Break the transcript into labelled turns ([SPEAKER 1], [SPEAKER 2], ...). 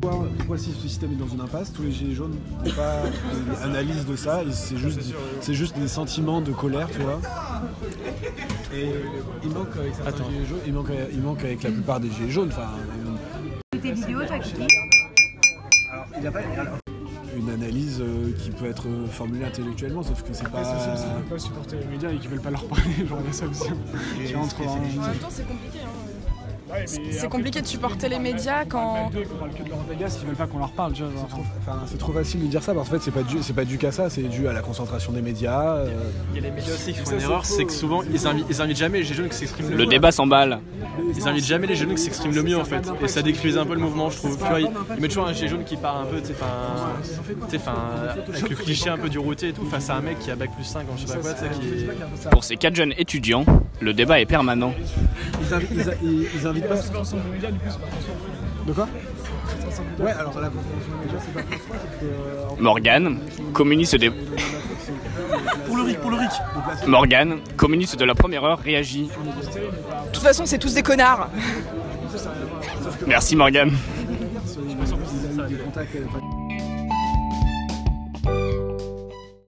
[SPEAKER 1] pourquoi, pourquoi si ce système est dans une impasse, tous les gilets jaunes n'ont pas une analyse de ça, et c'est juste, c'est juste des sentiments de colère, tu vois. Et il manque avec certains
[SPEAKER 2] Attends.
[SPEAKER 1] gilets jaunes, il manque, il manque avec la plupart des gilets jaunes, enfin,
[SPEAKER 3] Tes vidéos, toi, Kiki
[SPEAKER 1] une, une analyse euh, qui peut être euh, formulée intellectuellement, sauf que c'est
[SPEAKER 2] Après, c'est
[SPEAKER 4] Euh,
[SPEAKER 2] aussi parce qu'ils
[SPEAKER 1] pas...
[SPEAKER 2] veulent pas supporter les médias et qu'ils veulent pas leur parler, genre la solution qui entre en...
[SPEAKER 4] En même temps, c'est compliqué. hein. C'est compliqué de supporter les médias quand.
[SPEAKER 2] Ils parlent que de leurs dégâts s'ils veulent pas qu'on leur parle, tu vois. genre.
[SPEAKER 1] Enfin, c'est trop facile de dire ça, parce qu'en fait, c'est pas dû, c'est pas dû qu'à ça, c'est dû à la concentration des médias. euh,
[SPEAKER 5] Il y a les médias aussi qui font
[SPEAKER 2] Ça,
[SPEAKER 5] une
[SPEAKER 2] c'est
[SPEAKER 5] erreur,
[SPEAKER 2] faux.
[SPEAKER 5] c'est que souvent ils invitent, ils invitent jamais les gilets jaunes qui s'expriment
[SPEAKER 6] Le
[SPEAKER 5] mieux.
[SPEAKER 6] débat s'emballe.
[SPEAKER 5] Ils invitent jamais les jeunes qui s'expriment le mieux en fait. Et ça décrise un peu le mouvement, je trouve. Tu vois, ils, ils mettent toujours un gilet jaune qui part un peu, tu sais, enfin, tu sais, enfin, avec le cliché un peu du routier et tout, face à un mec qui a bac plus 5 en je sais pas quoi, tu sais, qui est-
[SPEAKER 6] Pour ces quatre jeunes étudiants, le débat est permanent.
[SPEAKER 1] Ils, invi- ils a- ils- ils invitent pas. De quoi Ouais, alors la compréhension des médias, c'est pas pour soi, c'est que, euh, en fait,
[SPEAKER 6] Morgane, communiste des...
[SPEAKER 1] Pour le RIC, pour le RIC
[SPEAKER 6] Morgane, communiste de la première heure, réagit.
[SPEAKER 4] De toute façon, c'est tous des connards.
[SPEAKER 6] Merci Morgane.
[SPEAKER 1] Ils ont eu des contacts, euh, pas-